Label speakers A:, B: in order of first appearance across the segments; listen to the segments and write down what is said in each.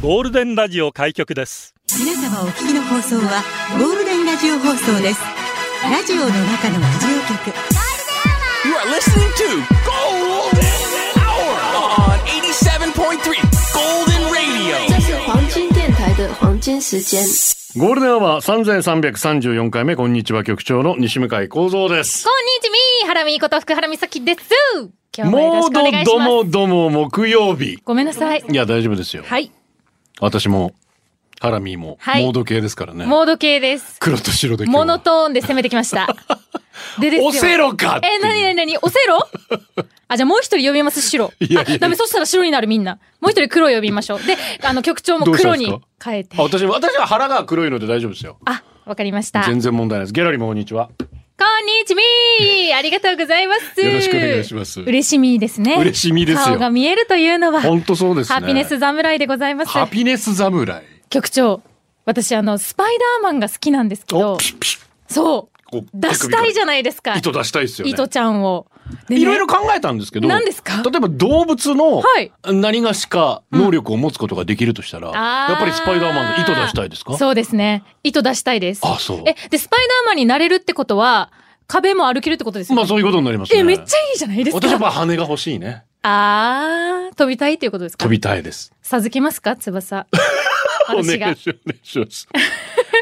A: ゴールデンラジオ開局です
B: 皆様お聞きの放送はゴールデンラジオ放送ですラジオの中のラジオ局
C: You are listening to Golden Hour on 87.3 Golden Radio.
D: 这是黄金电台的黄金时间。
E: ゴールデンアワー3334回目、こんにちは、局長の西向井幸三です。
F: こんにちみハラミこと福原美咲です。今日もよろ
E: も
F: し
E: う
F: くお願い
E: ど
F: し
E: ど
F: ます。
E: もども木曜日。
F: ごめんなさい。
E: いや、大丈夫ですよ。
F: はい。
E: 私も、ハラミーも、
F: はい
E: モード系ですからね。
F: モード系です。
E: 黒と白で今日は
F: モノトーンで攻めてき ました。でですよ
E: 押せろかっていう
F: え、なになになに押せろあ、じゃあもう一人呼びます、白。
E: いやいやいや
F: あ、ダメ、そしたら白になるみんな。もう一人黒呼びましょう。で、あの、局長も
E: どうした
F: 黒
E: んですか
F: に変えて
E: あ。私も、私は腹が黒いので大丈夫ですよ。
F: あ、わかりました。こん
E: 全
F: に
E: 然問題ないです。ギャラリーもこんにちは。
F: ちみありがとうございます。
E: よろしくお願いします
F: 嬉しみですね。
E: 嬉しみですよ
F: 顔が見えるというのは。
E: 本当そうですね。
F: ハピネス侍でございます。
E: ハピネス侍。
F: 局長、私あの、スパイダーマンが好きなんですけ
E: お、
F: ど
E: ピ、シッピシッ
F: そう
E: こう、
F: 出したいじゃないですか。
E: 糸出したいですよね。
F: 糸ちゃんを。でね
E: いろいろ考えたんですけど。
F: 何ですか
E: 例えば動物の
F: はい
E: 何がしか能力を持つことができるとしたら、
F: あー
E: やっぱりスパイダーマンの糸出したいですか
F: そうですね。糸出したいです。
E: あそう
F: え、で、スパイダーマンになれるってことは、壁も歩けるってことですよね
E: まあそういうことになりますね。
F: え、めっちゃいいじゃないです
E: 私
F: か。
E: はやっぱ羽が欲しいね。
F: あー、飛びたいっていうことですか
E: 飛びたいです。
F: 授けますか 翼。
E: お願いします。お
F: 私が。
E: 願いします。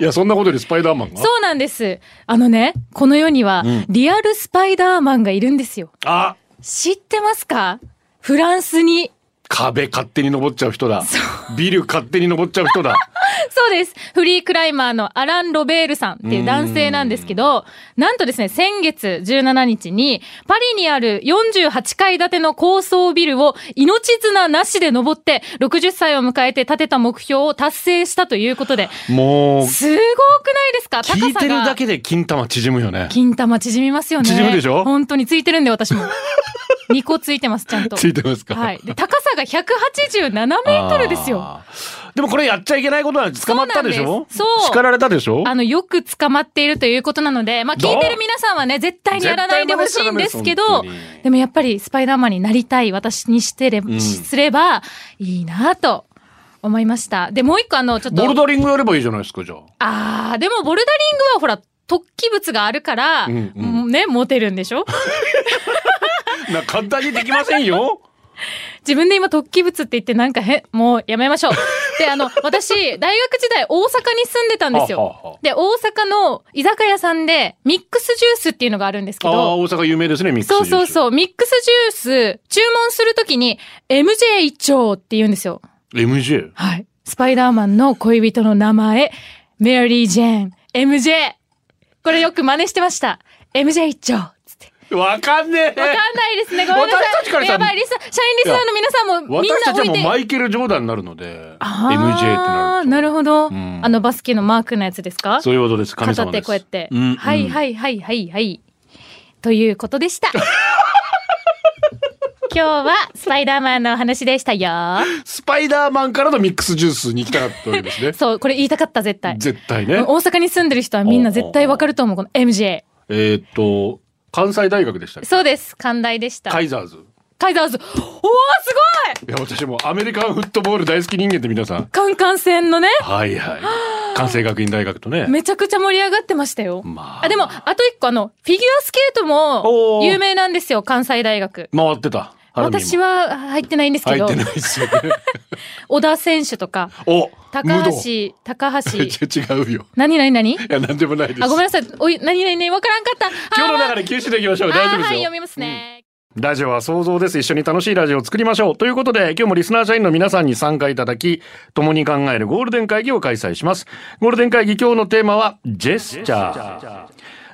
E: いや、そんなことよりスパイダーマンが。
F: そうなんです。あのね、この世には
E: ん、
F: リアルスパイダーマンがいるんですよ。
E: あ
F: 知ってますかフランスに。
E: 壁勝手に登っちゃう人だ
F: そ。
E: ビル勝手に登っちゃう人だ。
F: そうです。フリークライマーのアラン・ロベールさんっていう男性なんですけど、なんとですね、先月17日に、パリにある48階建ての高層ビルを命綱なしで登って、60歳を迎えて建てた目標を達成したということで、
E: もう、
F: すごくないですか高さが。
E: 聞いてるだけで金玉縮むよね。
F: 金玉縮みますよね。
E: 縮むでしょ
F: 本当についてるんで、私も。2個ついてます、ちゃんと。
E: ついてますか
F: はい。で、高さが187メートルですよ。
E: あー。でもこれやっちゃいけないことなんで捕まったでし
F: そうなん
E: ょ
F: ですそう
E: 叱られたでしょ
F: あの、よく捕まっているということなので、まあ、
E: ど
F: 聞
E: う
F: いてる皆さんはね、絶対にやらないでほしいんですけど
E: 絶対真似しちゃダメです本当に、
F: でもやっぱりスパイダーマンになりたい私にしてれ、
E: ん
F: すればいいなと思いました。で、もう一個あの、ちょっと。
E: ボルダリングやればいいじゃないですか、じゃあ。
F: あー、でもボルダリングはほら、突起物があるから、
E: んうん
F: ね、モテるんでしょ
E: な簡単にできませんよ。
F: 自分で今突起物って言ってなんかへん、もうやめましょう。で、あの、私、大学時代大阪に住んでたんですよ。
E: はあはあ
F: で、大阪の居酒屋さんで、ミックスジュースっていうのがあるんですけ
E: ああ
F: ど
E: ー、、大阪有名ですね、ミックスジュ
F: そ
E: ー
F: う
E: ス。
F: そうそう。ミックスジュース、注文するときに、MJ 一丁って言うんですよ。
E: う。MJ。
F: はい。スパイダーマンの恋人の名前、メリー・ジェーン、MJ。これよく真似してました。MJ 一丁。つって
E: わかんねえ。
F: わかんないですね。ごめんなさい。
E: 私たちからさ
F: やばい、リス、社員リスナーの皆さんもみん
E: 私た
F: な
E: ちは
F: 置い
E: もう
F: て。
E: マイケル・ジョーダンになるので、
F: あ
E: MJ ってな
F: ー
E: ると。
F: なるほど。
E: ん
F: あのバスケのマークのやつですか
E: そういうことです。神
F: 片
E: 様
F: 手
E: です。
F: こうやって。
E: うんうん
F: はいはいはいはいはい。ということでした。 今日はスパイダーマンのお話でしたよ。
E: スパイダーマンからのミックスジュースに行きたかったわけです ね。
F: そう、これ言いたかった絶対。
E: 絶対ね
F: 大。阪に住んでる人はみんな絶対わかると思う、この MJ。
E: えーっと、関西大学でしたっけ
F: そうです、寛大でした。
E: カ
F: カイ
E: イザーズ。い
F: ザーズ。おー、すごい
E: や、私もアメリカンフットボール大好き人間って皆さん。
F: カンカン戦のね、
E: はいはい。関西学院大学とね。
F: めちゃくちゃ盛り上がってましたよ。
E: まあ
F: あ、でも、あと一個あの、フィギュアスケートも
E: おー
F: 有名なんですよ、関西大学。
E: 回ってた。
F: 私
E: は。
F: は入ってないんですけ
E: 入
F: ど
E: って、ないですよね。
F: 小田選手とか、
E: お
F: 高
E: 武道
F: 橋、高 橋、
E: 違うよ。
F: 何何何
E: いや、なんでもないです。
F: あ、ごめんなさい。おい、何何何わからんかった。
E: 今日の
F: あー
E: 中で吸収でいきましょう。大丈夫
F: あー
E: で
F: は
E: す
F: い、
E: よ
F: 読。みますね。
E: ラジオは想像です。一緒に楽しいラジオを作りましょう。ということで、今日もリスナー社員の皆さんに参加いただき、共に考えるゴールデン会議を開催します。ゴールデン会議今日のテーマは、ジェスチャー。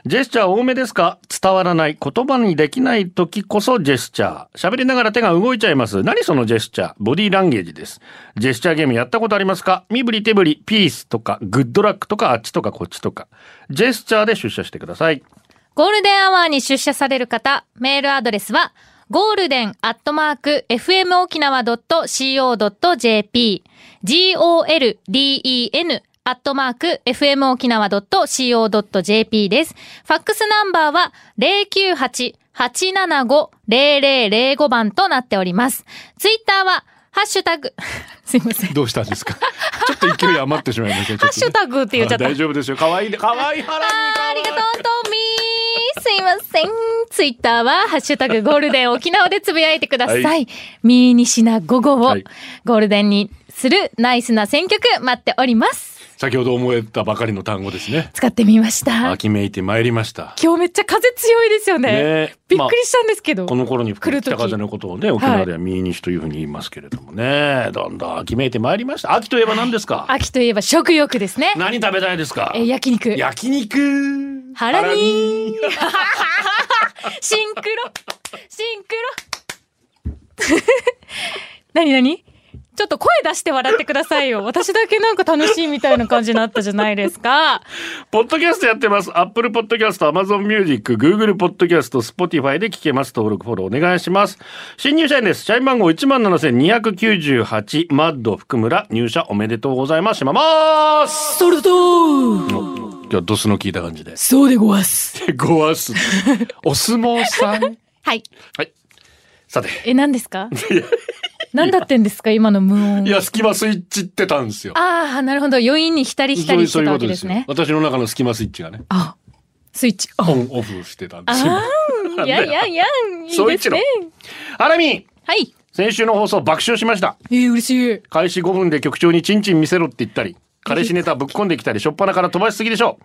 E: ジェスチャー多めですか伝わらない。言葉にできない時こそジェスチャー。喋りながら手が動いちゃいます。何そのジェスチャーボディーランゲージです。ジェスチャーゲームやったことありますか身振り手振り、ピースとか、グッドラックとか、あっちとかこっちとか。ジェスチャーで出社してください。
F: ゴールデンアワーに出社される方、メールアドレスは、ゴールデンアットマーク、fmokinawa.co.jp、golden アットマーク、fmokinawa.co.jp です。ファックスナンバーは、 875-0005番となっております。ツイッターは、ハッシュタグ、 すいませ ん。
E: どうしたんですかちょっと勢い余ってしまいました。
F: ハッシュタグって言っちゃった。
E: 大丈夫ですよ。可愛いで、可愛いハラミ。
F: あーありがとう、トミー。すいません。ツイッターは、ハッシュタグゴールデン沖縄でつぶやいてください。
E: は
F: ミーニシナ午後を
E: はい
F: ゴールデンにするナイスな選曲待っております。
E: 先ほど思えたばかりの単語ですね。
F: 使ってみました。
E: 秋めいてまいりました。
F: 今日めっちゃ風強いですよね。
E: ね
F: びっくりしたんですけど。
E: この頃に吹
F: 来
E: く
F: る時
E: 北風のことをね、沖縄ではミーニッシュというふうに言いますけれどもね、だんだん秋めいてまいりました。秋といえば何ですか、
F: 秋といえば食欲ですね。
E: 何食べたいですか
F: えー焼肉。
E: 焼肉
F: ハラミ
E: ミ
F: シンクロシンクロ 何何ちょっと声出して笑ってくださいよ。私だけなんか楽しいみたいな感じになったじゃないですか。
E: ポッドキャストやってます。アップルポッドキャスト、アマゾンミュージック、グーグルポッドキャスト、スポティファイで聞けます。登録フォローお願いします。新入社員です。社員番号17,298、マッド福村、入社おめでとうございます。しまます
F: それと、。
E: 今日はドスの効いた感じで
F: そうでごわす。
E: ごわ す。お相撲さん。
F: はい。
E: はい。さて。
F: え、何ですか何だってんですか今の無音
E: い。や、隙間スイッチってたんですよ。
F: ああ、なるほど。余韻に浸り浸りしてたわけですね。
E: 私の中の隙間スイッチがね、
F: あ、スイッチ。あ
E: オンオフしてたんですよ
F: あ。ー、いやいやいや、いい
E: そうい
F: で
E: う
F: す
E: ちの
F: ね。
E: ハラミ
F: はい。
E: 先週の放送爆笑しました。
F: えー、嬉しい。
E: 開始5分で局長にチンチン見せろって言ったり、彼氏ネタぶっこんできたり、しょっぱなから飛ばしすぎでし ょ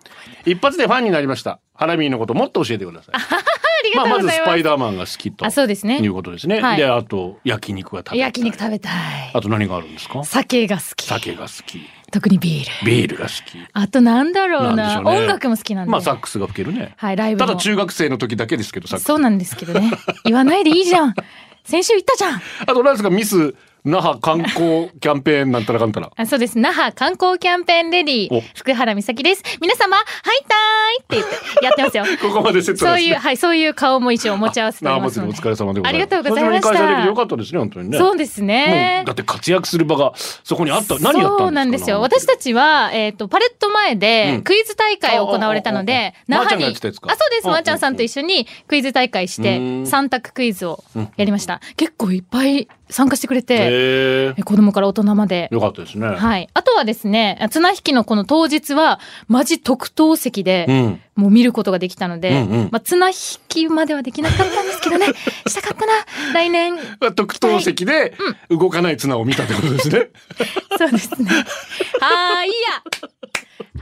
E: う。一発でファンになりました。ハラミーのこともっと教えてください。
F: あり
E: ま
F: が
E: あ、
F: とう
E: ま
F: ご
E: ず
F: ざい
E: ス
F: ます。
E: パイダーマンが好きと。
F: あそうですね
E: いうことですね。
F: はい
E: で、あと、焼肉が食べたい。
F: 焼肉食べたい。
E: あと何があるんですか
F: 酒が好き。
E: 酒が好き。
F: 特にビール。
E: ビールが好き。
F: あとなんだろう
E: なんでし
F: な
E: ょうね
F: 音楽も好きなんで。
E: まあ、サックスが吹けるね。
F: はい、ライブ
E: た
F: も。
E: だ中学生の時だけですけど、サックス。
F: そうなんです けどね。言わないでいいじゃん。先週言ったじゃん。
E: あと何ですかミス那覇観光キャンペーンなんたらかんたら。
F: あそうです。那覇観光キャンペーンレディ
E: お
F: ー、福原美咲です。皆様、ハイタイって言ってやってますよ。
E: ここまでセット
F: そ
E: なん
F: う
E: です
F: いう、
E: ね。
F: はい、そういう顔も一応お持ち合わせてお
E: 長
F: りま
E: 持ち
F: す
E: の
F: の
E: お
F: で。
E: 疲れ様でございます。
F: ありがとうございました
E: 久しぶりに開催できてよかったですね、本当にね。
F: そうです
E: う
F: ね
E: ん。だって活躍する場がそこにあった。何やったんですか
F: そうなんですよ。私たちは、えっ、と、パレット前
E: う
F: で
E: ん
F: クイズ大会を行われたので、
E: あああああ
F: 那
E: まー
F: 覇
E: ちゃんが
F: に、
E: やってたやつか
F: あ、そうです。
E: うんうんうん
F: まーちゃんさんと一緒にクイズ大会し
E: う
F: て、
E: ーん
F: 3択クイズをやりました。結構いっぱい参加してくれて、
E: へえ
F: え子供から大人まで。
E: よかったですね。
F: はい。あとはですね、綱引きのこの当日は、マジ特等席で、
E: うん。
F: もう見ることができたので、
E: うんうん
F: まあ、綱引きまではできなかったんですけ どね、したかったな、来年、
E: 特等席で動かない綱を見たってことですね。
F: そうですね。はーいや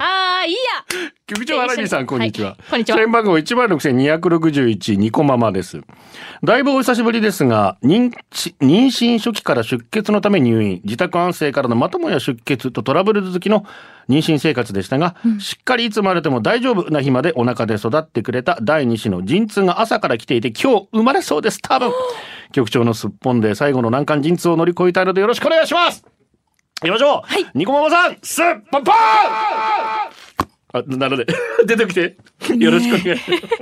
F: はーいや
E: 局長原西さ
F: は
E: ん、
F: い
E: こんにちは。
F: こんにちは
E: 社員番号16,261、ニコママです。だいぶお久しぶりですが、妊娠妊娠初期から出血のため入院、自宅安静からのまともや出血とトラブル続きの妊娠生活でしたが、しっかりいつまでても大丈夫な日までお腹で育ってくれた第二子の陣痛が朝から来ていて、今日生まれそうです、多 分。局長のすっぽんで最後の難関陣痛を乗り越えたいのでよろしくお願いします行きましょう、はい、ニコママさんすっぽんぽんあ、なので、 出てきて、よろしくお願いします。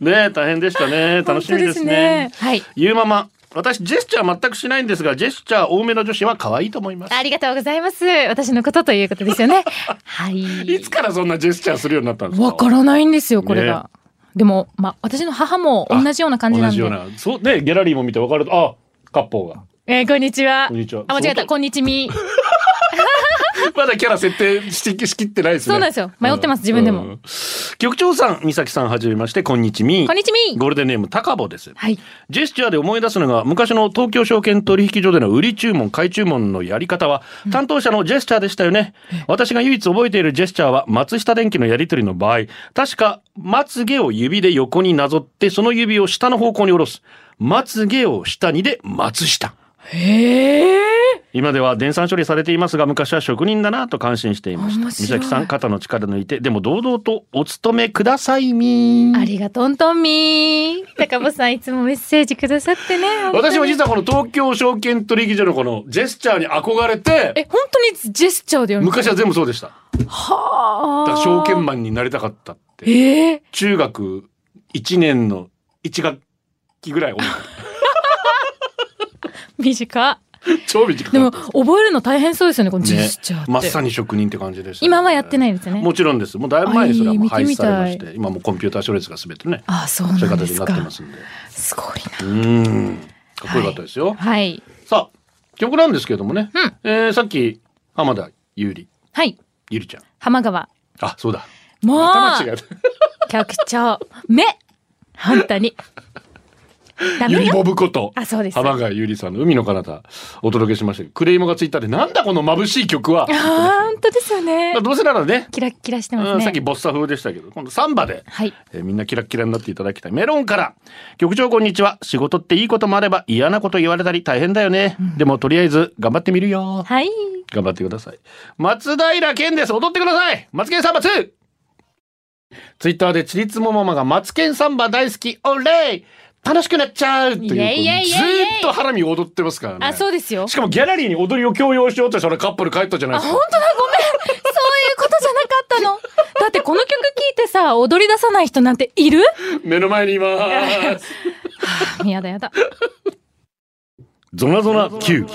E: ねえ、大変でした ね。楽しみですね
F: 本当。ですねはい
E: ゆうまま、私、ジェスチャー全くしないんですが、ジェスチャー多めの女子は可愛いと思います。
F: ありがとうございます。私のことということです よね。はい。
E: いつからそんなジェスチャーするようになったんですか
F: わからないんですよ、これが。でも、まあ、私の母も同じような感じな
E: 同
F: ん
E: じ
F: で
E: よう。な。そう、ね、ギャラリーも見て分かると、あ、割烹が。
F: えーこんにちは。
E: こんにちは
F: あ、間違え
E: そ
F: た。
E: う
F: こんにちみ。
E: まだキャラ設定ししきってないですね。
F: そうなんですよ迷ってます自分でも
E: うん。局長さん、美咲さんはじめまして、こんにちみ。
F: こんにちみ
E: ゴールデンネーム、高坊です。
F: はい。
E: ジェスチャーで思い出すのが昔の東京証券取引所での売り注文買い注文のやり方は担当者のジェスチャーでしたよね、私が唯一覚えているジェスチャーは松下電器のやり取りの場合確かまつげを指で横になぞってその指を下の方向に下ろすまつげを下にで松下
F: へえ。
E: 今では電算処理されていますが昔は職人だなと感心していました
F: 面
E: 美
F: 白い
E: 咲さん肩の力抜いてでも堂々とお勤めくださいみ
F: ありがとんとんみー。高本さんいつもメッセージくださってね。
E: 私も
F: は。
E: 実はこの東京証券取引所のこのジェスチャーに憧れて、
F: え、本当にジェスチャーで読む。
E: 昔は全部そうでした。
F: は
E: だ
F: あ
E: から証券マンになりたかったって。
F: ええ
E: 中学1年の1学期ぐらい思った。
F: 短。
E: 超短
F: で
E: か
F: も、
E: った
F: 覚えるの大変そうですよね、このジェ
E: ね
F: スチャーって。
E: まさに職人って感じでしたね、
F: 今はやってないですよね
E: もちろんですもうだいぶ前にそれはもう
F: あ
E: 廃
F: いい
E: 止
F: 見て
E: さ
F: み
E: れま
F: たい
E: して今もうコンピューター処列が全てね
F: あそう
E: そういう
F: なんで
E: 形に
F: す
E: な
F: か。
E: ってますんです
F: ごいな。
E: うんかっこよかったですよ、
F: はい。
E: さあ曲なんですけれどもね、
F: うん
E: えーさっき浜田優里
F: はい。
E: ゆりちゃん
F: 浜川。
E: あそうだ
F: も
E: 頭違
F: う、
E: う
F: 局長。目。本当に。ダ
E: ゆ
F: メ
E: りボ
F: よ。
E: ブこと
F: あそうです
E: 浜川ゆりさんの「海の彼方」お届けしましたけどクレイモがツイッターで「なんだこの眩しい曲は」
F: あー本当ですよね
E: まあ。どうせならね
F: キラッキラしてま
E: うん
F: す
E: さっき
F: ね。
E: ボッサ風でしたけど今度サンバで、
F: はい。
E: えーみんなキラッキラになっていただきたいメロンから局長こんにちは仕事っていいこともあれば嫌なこと言われたり大変だよね、でもとりあえず頑張ってみるよ
F: はい。
E: 頑張ってください。松平健です。踊ってください。松健サンバ2。ツイッターでちりつもママが松健サンバ大好き。オレイ楽しくなっちゃうということ
F: イエ
E: で。
F: イイエイイエイイエイ
E: ずーっとハラミ踊ってますからね。
F: あ、そうですよ。
E: しかもギャラリーに踊りを強要しようってそれカップル帰ったじゃない
F: あ、
E: です
F: 本
E: か。
F: 当だ、ごめん。そういうことじゃなかったの。だってこの曲聴いてさ、踊り出さない人なんている
E: 目の前にいます。
F: やだやだ。
E: ゾナゾナ Q。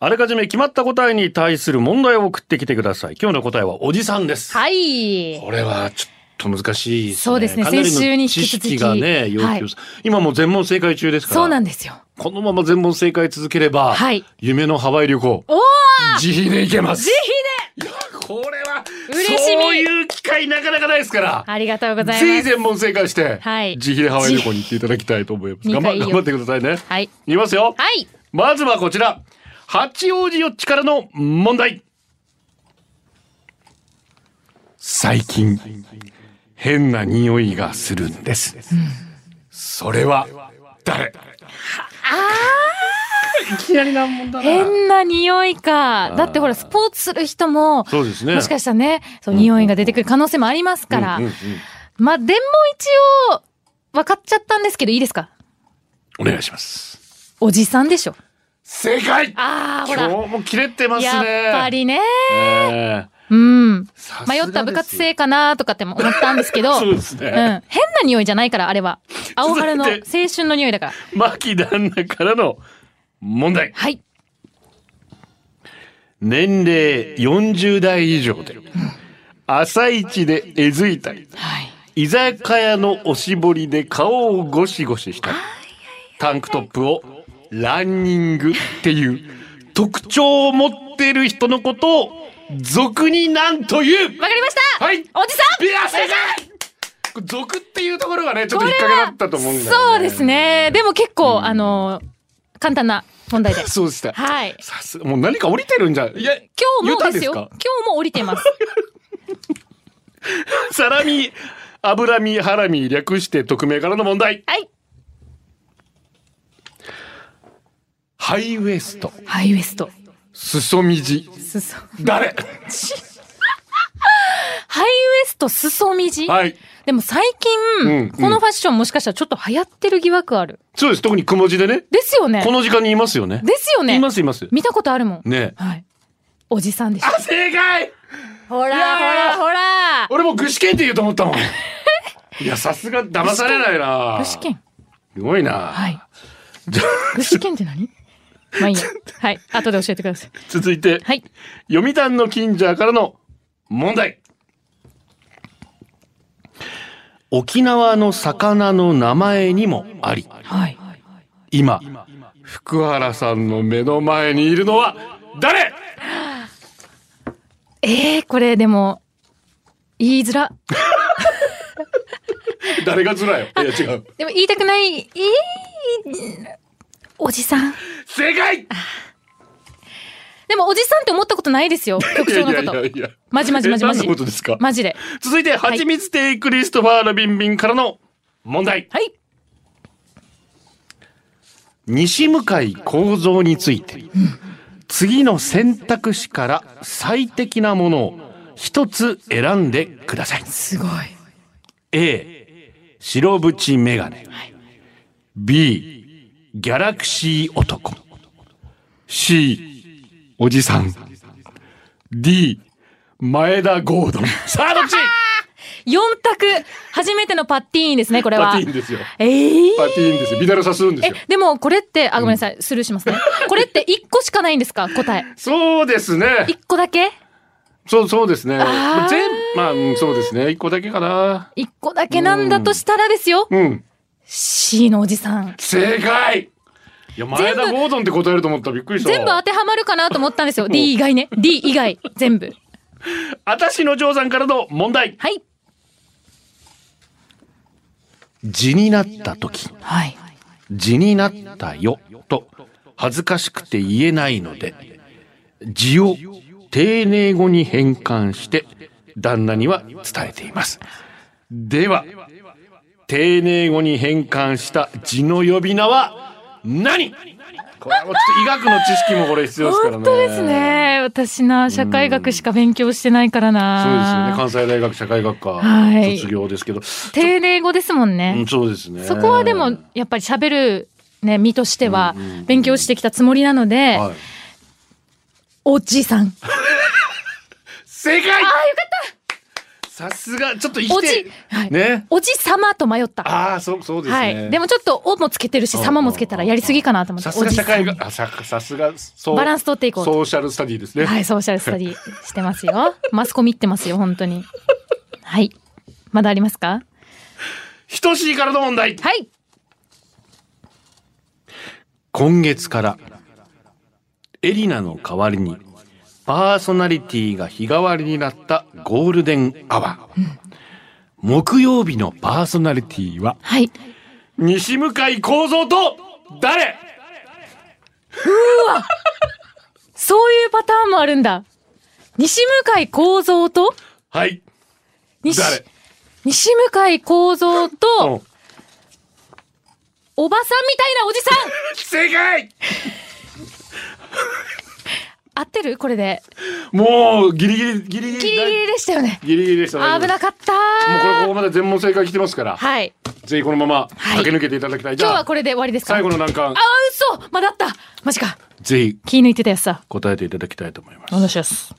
E: あらかじめ決まった答えに対する問題を送ってきてください。今日の答えはおじさんです。
F: はい。
E: これはちょっと難しいですね。
F: そうですね
E: かなりの
F: 先週に引き続
E: 知
F: き
E: 識がね、要
F: はい
E: 求さ、今もう全問正解中ですから。
F: そうなんですよ。
E: このまま全問正解続ければ、
F: はい
E: 夢のハワイ旅行、
F: おー
E: 自費で行けます。
F: ぜひね
E: これは、
F: 嬉しみ
E: そういう機会なかなかないですから。
F: ありがとうござい
E: ぜひ
F: ます。
E: 全問正解して、
F: はい
E: 自費でハワイ旅行に行っていただきたいと思います。
F: 二
E: 頑張
F: 回
E: っ
F: いいよ
E: 頑張ってくださいね。
F: はい。
E: いきますよ。
F: はい。
E: まずはこちら。八王子よっちからの問題。最近、変な匂いがするんです。それは、誰いきなり難問だな。
F: 変な匂いか。だってほら、スポーツする人も、
E: そうですね
F: もしかしたらね、そう、匂いが出てくる可能性もありますから。
E: うんうんうん
F: まあ、でも一応、分かっちゃったんですけど、いいですか
E: お願いします。
F: おじさんでしょ。
E: 正解
F: あー、ほ
E: 今
F: ら。
E: 日も切れてますね。
F: やっぱりね。
E: ねえ。
F: うん。
E: さすがです
F: 迷
E: よ
F: った部活生かなとかっても思ったんですけど。
E: そうです
F: うん、
E: ね。
F: 変な匂いじゃないから、あれは。青春の青
E: 続いて
F: 春の匂いだから。
E: 牧旦那からの問題。
F: はい。
E: 年齢40代以上で朝一でえずいたり
F: はい。
E: 居酒屋のおしぼりで顔をゴシゴシしたりタンクトップをランニングっていう特徴を持っている人のことを俗になんという
F: わかりました
E: はい
F: おじさん
E: いや正解これ俗っていうところがねちょっと引っ掛けだったと思うんだよね。
F: そうですね。でも結構、あの、簡単な問題で
E: そうでした
F: はい。
E: さすがもう何か降りてるんじゃいや
F: 今日もですよ。
E: 言
F: 今
E: うたんで
F: 日も降りて ます。
E: すかサラミ脂身ハラミ略して匿名からの問題
F: はい。
E: ハイウエスト、
F: ハイウエスト。
E: 裾みじ、
F: すそ。
E: 誰
F: ハイウエスト、裾みじ、
E: はい。
F: でも最近、
E: うんうん
F: このファッションもしかしたらちょっと流行ってる疑惑ある。
E: そうです。特にくも字でね。
F: ですよね。
E: この時間にいますよね。
F: ですよね。
E: いますいます。
F: 見たことあるもん。
E: ねえ
F: はい。おじさんでしょ。
E: 正解
F: ほら
E: いやー
F: ほらほら
E: 俺も具志堅って言うと思ったもん。いや、さすが騙されないな
F: 具志堅。
E: すごいな、
F: はい。具志堅って何まあい いや。はい。後で教えてください。
E: 続いて、
F: はい。
E: 読谷の近所からの問題。沖縄の魚の名前にもあり、
F: はい。
E: 今、福原さんの目の前にいるのは誰
F: ええー、これでも、言いづら。
E: 誰がずらよ。いや、違う。
F: でも言いたくない、えーおじさん。
E: 正解
F: でもおじさんって思ったことな いですよ。局長のこと。
E: いやいやいやいや
F: マジマジマジマ
E: え何
F: ジ
E: の。ことですか
F: マジで。
E: 続いて、はちみつ亭クリストファー・ラビンビンからの問題。
F: はい。
E: 西向井構造について、次の選択肢から最適なものを一つ選んでください。
F: すごい。
E: A、白縁メガネ。B、ギャラクシー男。C、おじさん。D、前田ゴードン。さあ、どっち
F: 4択。初めてのパッティーンですね、これ
E: パ
F: は
E: ティ。ーンですよ。
F: えー
E: パティーンですよ。ビダルさするんです
F: え
E: よ。、
F: でもこれって、あ、ごめんなさい、スルーしますね。これって1個しかないんですか答え。
E: そうですね。
F: 1個だけ
E: そう、そうですね。
F: あー
E: 全、まあ、うんそうですね。一個だけかな。
F: ?1 個だけなんだとしたらですよ。
E: うん。
F: C のおじさん。
E: 正解いや、前田
F: 全部
E: ゴードンって答えると思ったらびっくりした。
F: 全部当てはまるかなと思ったんですよ。D 以外ね。D 以外。全部。
E: あたしの嬢さんからの問題。
F: はい。
E: 字になった時、
F: はい。
E: 字になったよと、恥ずかしくて言えないので、字を丁寧語に変換して、旦那には伝えています。では、丁寧語に変換した字の呼び名は何これはちょっと医学の知識もこれ必要ですからね。
F: 本当です。ね。私な、社会学しか勉強してないから
E: そうですよね。
F: な。
E: 関西大学社会学科
F: はい
E: 卒業ですけど、
F: 丁寧語ですもん
E: う
F: ね
E: ん、。そうですね。
F: そこはでも、やっぱり喋る、ね、身としては、勉強してきたつもりなので、
E: はい、
F: おじさん。
E: 正解ああ、よかったさすが、ちょっと生
F: お
E: き
F: じ
E: て、、
F: はい。
E: ね。
F: おじ様と迷った。
E: ああ、そう、そうですね。
F: はい。でもちょっと、おもつけてるし、様もつけたらやりすぎかなと思って。
E: さすが社会
F: おじ
E: が、あ、ささすが、
F: さ
E: そ
F: ん
E: う、
F: バランス取っていこうと
E: ソーシャルスタディですね。
F: はい、ソーシャルスタディしてますよ。マスコミってますよ、本当に。はい。まだありますか
E: 等しいからの問題。
F: はい。
E: 今月から、エリナの代わりに、パーソナリティが日替わりになったゴールデンアワー。木曜日のパーソナリティは、
F: はい。
E: 西向井幸三と、誰
F: そういうパターンもあるんだ。西向井幸三と、
E: はい。
F: 西
E: 誰
F: 西向井幸三
E: う
F: と
E: ん、
F: おばさんみたいなおじさん
E: 正解
F: 合ってるこれで。
E: もう、ギリギリ、ギリギリ。
F: ギリギリでしたよね。
E: ギリギリでした。
F: 危な
E: っ
F: かった
E: もうこれここまで全問正解来てますから、
F: はい。
E: ぜひこのまま
F: はい
E: 駆け抜けていただきたい。じ
F: 今
E: ゃ
F: 日は
E: あ、
F: これで終わりですか
E: 最後の難関
F: あ、、嘘まだあったマジか。
E: ぜひ
F: 気抜いてたやつさ。
E: 答えていただきたいと思います。
F: お願いします。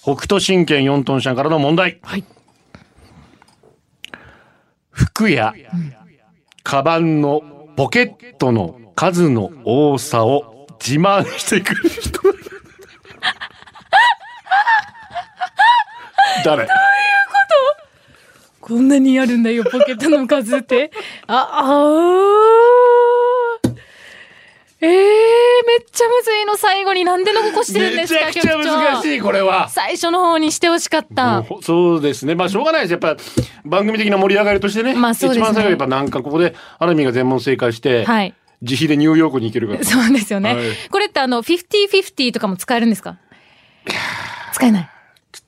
E: 北斗神拳四トン社からの問題。
F: はい
E: 服や、カバンのポケットの数の多さを自慢してくる 人。誰
F: こんなにあるんだよ、ポケットの数って。あ、あーええー、めっちゃむずいの最後になんで残してるんで
E: め
F: す
E: ち
F: か、
E: ゃくちゃ難し
F: い。
E: い、これは。
F: 最初の方にしてほしかった。
E: もうそうですね。まあ、しょうがないです。やっぱ、番組的な盛り上がりとしてね。
F: まあそうですね
E: 一番最後、やっぱなんか、ここで、アラミが全問正解して、
F: はい。
E: 自費でニューヨークに行けるから。
F: そうですよね。
E: はい
F: これってあの、50-50とかも使えるんですか使えない。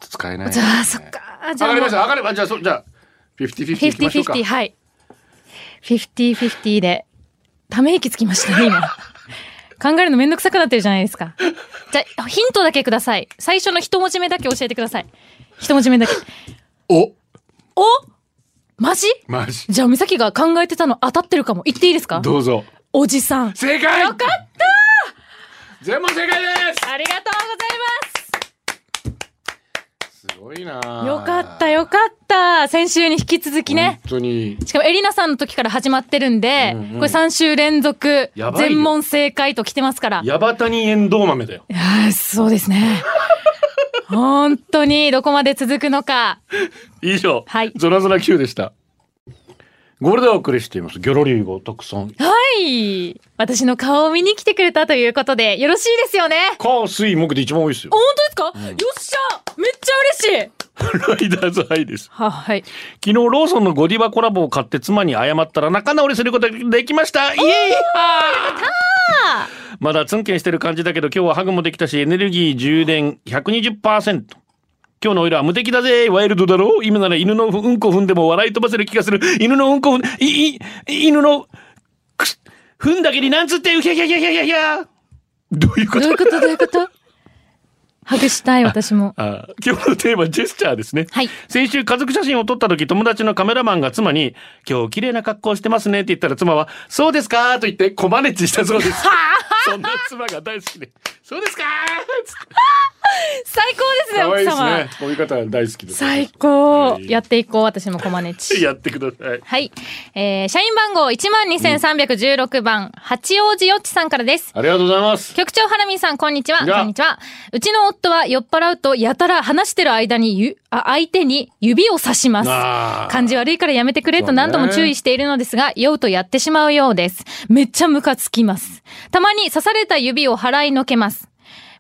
E: 使えない。
F: じゃあ、そっか。じ
E: 上
F: ゃ
E: が
F: あ
E: り
F: もう
E: ました、上がりました。じゃあ、そう、じゃあ、50-50行きましょうか。
F: 50-50、はい。50-50で、ため息つきましたね、今。 考えるのめんどくさくなってるじゃないですか。じゃあ、ヒントだけください。最初の一文字目だけ教えてください。一文字目だけ。
E: お
F: おマジ
E: マジ。
F: じゃあ、美咲が考えてたの当たってるかも。言っていいですか
E: どうぞ。
F: おじさん。
E: 正解
F: よかった
E: 全問正解で
F: ありがとうござい
E: すすごいなあ
F: ますよかった、よかった先週に引き続きね。
E: 本当に。
F: しかもエリナさんの時から始まってるんで、
E: うんうん
F: これ3週連続
E: や、ばいよ
F: 全問正解と来てますから。
E: ヤバタニエンドウ豆だよ。
F: いやーそうですね。 本当にどこまで続くのか。
E: 以上。
F: はい
E: ゾラゾラ Q でした。ゴールドをお送りしています。ギョロリーゴ特産。
F: はい。私の顔を見に来てくれたということで、よろしいですよね。
E: 火、水、木で一番多いですよ
F: あ。本当ですか、よっしゃめっちゃ嬉しい
E: ライダーズハイです。
F: は、はい。
E: 昨日ローソンのゴディバコラボを買って妻に謝ったら仲直りすることができましたイエイまだツンケンしてる感じだけど今日はハグもできたしエネルギー充電120%今日のオイルは無敵だぜワイルドだろ今なら犬のうんこ踏んでも笑い飛ばせる気がする犬のうんこ踏んいい犬のくす踏んだけになんつってうひゃひゃひゃひゃひゃひゃどういうこ
F: どう
E: と
F: いうことどういう ことハグしたい、私も。
E: あー今日のテーマ、ジェスチャーですね。
F: はい
E: 先週、家族写真を撮った時、友達のカメラマンが妻に、今日綺麗な格好してますねって言ったら妻は、そうですかと言って、コマネチしたそうです。そんな妻が大好きで、そうですかつって
F: 最高ですね、
E: 可愛
F: 奥
E: いです
F: 様
E: ね。。こういう方大好きです。
F: 最高、
E: はい
F: やっていこう、私もコマネチ。
E: やってください。
F: はい。えー、社員番号12316番、八王子よっちさんからです。
E: ありがとうございます。
F: 局長ハラミーさん、こんにちは。
E: いや
F: こんにちは。うちの夫は酔っ払うと、やたら話してる間にゆ、あ、相手に指を指します。
E: あー
F: 感じ悪いからやめてくれ
E: そ
F: と
E: うね
F: 何度も注意しているのですが、酔うとやってしまうようです。めっちゃムカつきます。たまに刺された指を払いのけます。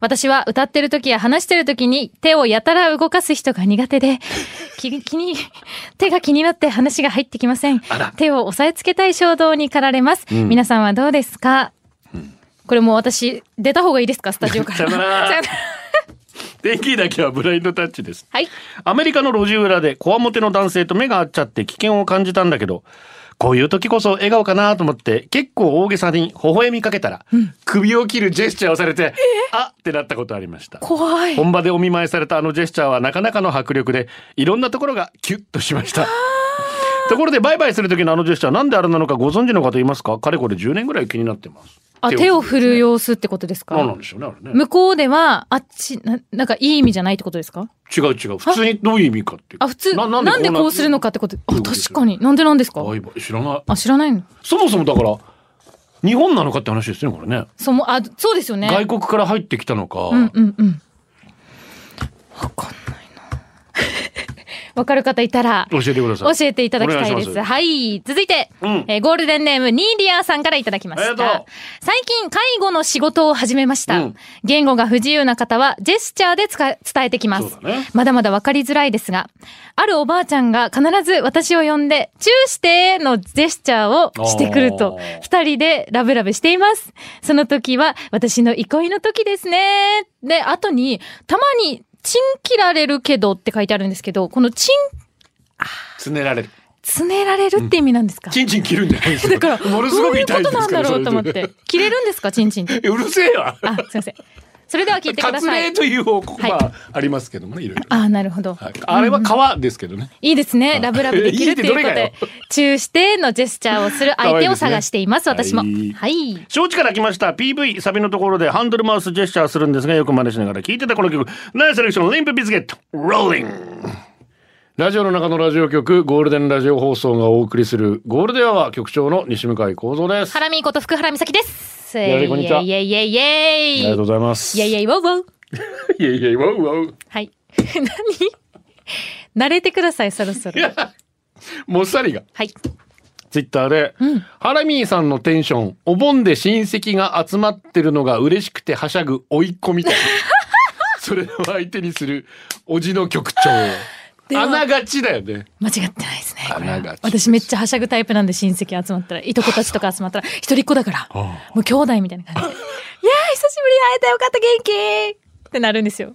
F: 私は歌ってる時や話してる時に手をやたら動かす人が苦手 で、気気に、手が気になって話が入ってきません
E: ら。
F: 手を押さえつけたい衝動に駆られます。皆さんはどうですか、これもう私、出た方がいいですかスタジオから。
E: さよなら
F: さよなら
E: 天気だけはブラインドタッチです。
F: はい。
E: アメリカの路地裏でこわもての男性と目が合っちゃって危険を感じたんだけど、こういう時こそ笑顔かなと思って結構大げさに微笑みかけたら、首を切るジェスチャーをされて、あってなったことありました。
F: 怖い。
E: 本場でお見舞いされたあのジェスチャーはなかなかの迫力で、いろんなところがキュッとしました。ところでバイバイする時のあのジェスチャーなんであれなのかご存知の方いますかかれこれ10年ぐらい気になってます。
F: あ、手を振る
E: よ。
F: 様子ってことですか
E: 何なんでしょうね、あれね。
F: 向こうでは、あっち、ななんかいい意味じゃないってことですか
E: 違う違う。普通にどういう意味かっていう。
F: あ、普通、な
E: なん
F: でこうするのかってこと。あ、
E: そう
F: 確
E: ですよ
F: かに。なんでなんですか
E: バイバイ知らない。
F: あ、知らないの
E: そもそもだから、日本なのかって話ですね、これね。
F: そうも、あ、そうですよね。
E: 外国から入ってきたのか。
F: うんうんうん。わかんないな。わかる方いたら、
E: 教えてくださ
F: 教
E: い。
F: えていただきたいで
E: お願いし
F: す。
E: ます
F: はい。続いて、
E: ん
F: えーゴールデンネーム、ニーリアさんからいただきま
E: あ
F: し
E: りがと
F: た
E: う。
F: 最近、介護の仕事を始めました。
E: うん
F: 言語が不自由な方は、ジェスチャーで使え伝えてきます
E: そ。うだね
F: まだまだわかりづらいですが、あるおばあちゃんが必ず私を呼んで、チューしてのジェスチャーをしてくると
E: あー、
F: 二人でラブラブしています。その時は、私の憩いの時ですね。で、後に、たまに、チン切られるけどって書いてあるんですけど、このチン
E: つねられる。
F: つねられるって意味なんですか、
E: チンチン切るんじゃないですよ。
F: だから、ど
E: も
F: う
E: のすごく
F: いう
E: 痛
F: こ
E: いで
F: と
E: すか
F: な
E: ら
F: んだろうと思っ
E: それ
F: て。切れるんですか、チンチンって。
E: でうるせえわ。
F: あ、すいません。それでは聞いてくだ
E: 割
F: さい
E: 礼。という方向、
F: はい
E: まあ、ありますけどもね、いろいろ。
F: あ、なるほど。
E: はいあれは川ですけどね。
F: いいですね。ラブラブできるっていうこと
E: いいっ
F: で
E: てどれが、
F: チューしてのジェスチャーをする相手を探しています、
E: 可愛いで
F: 私
E: すね
F: も。はい。
E: 承知から来ました PV サビのところでハンドルマウスジェスチャーするんですがよく真似しながら聴いてたこの曲ナイスセレクションリンプビズゲット Rolling ラジオの中のラジオ局ゴールデンラジオ放送がお送りするゴールデンアワー局長の西向井光三です
F: ハ
E: あ
F: ラミーこと福原美咲です。イ
E: や
F: ェ
E: いこんにちは
F: イイェイイェイイ
E: りが
F: ェ
E: とうご
F: イ。
E: ざいます
F: イェイイェイウォウウォウ。
E: いやいやいやわうわう
F: はい。 何慣れてください、そろそろ。
E: もっさりが
F: はい。
E: ツイッターで、ハラミーさんのテンションお盆で親戚が集まってるのが嬉しくてはしゃぐ甥いっ子み たいなそれを相手にするおじの局長
F: は
E: あながちだよね
F: 間違ってないですね。これ
E: あ
F: は
E: ながちです
F: 私めっちゃはしゃぐタイプなんで親戚集まったら、いとこたちとか集まったら、一人っ子だから、もう兄弟みたい な感じで、いやー、久しぶりに会えたよかった、元気ってなるんですよ。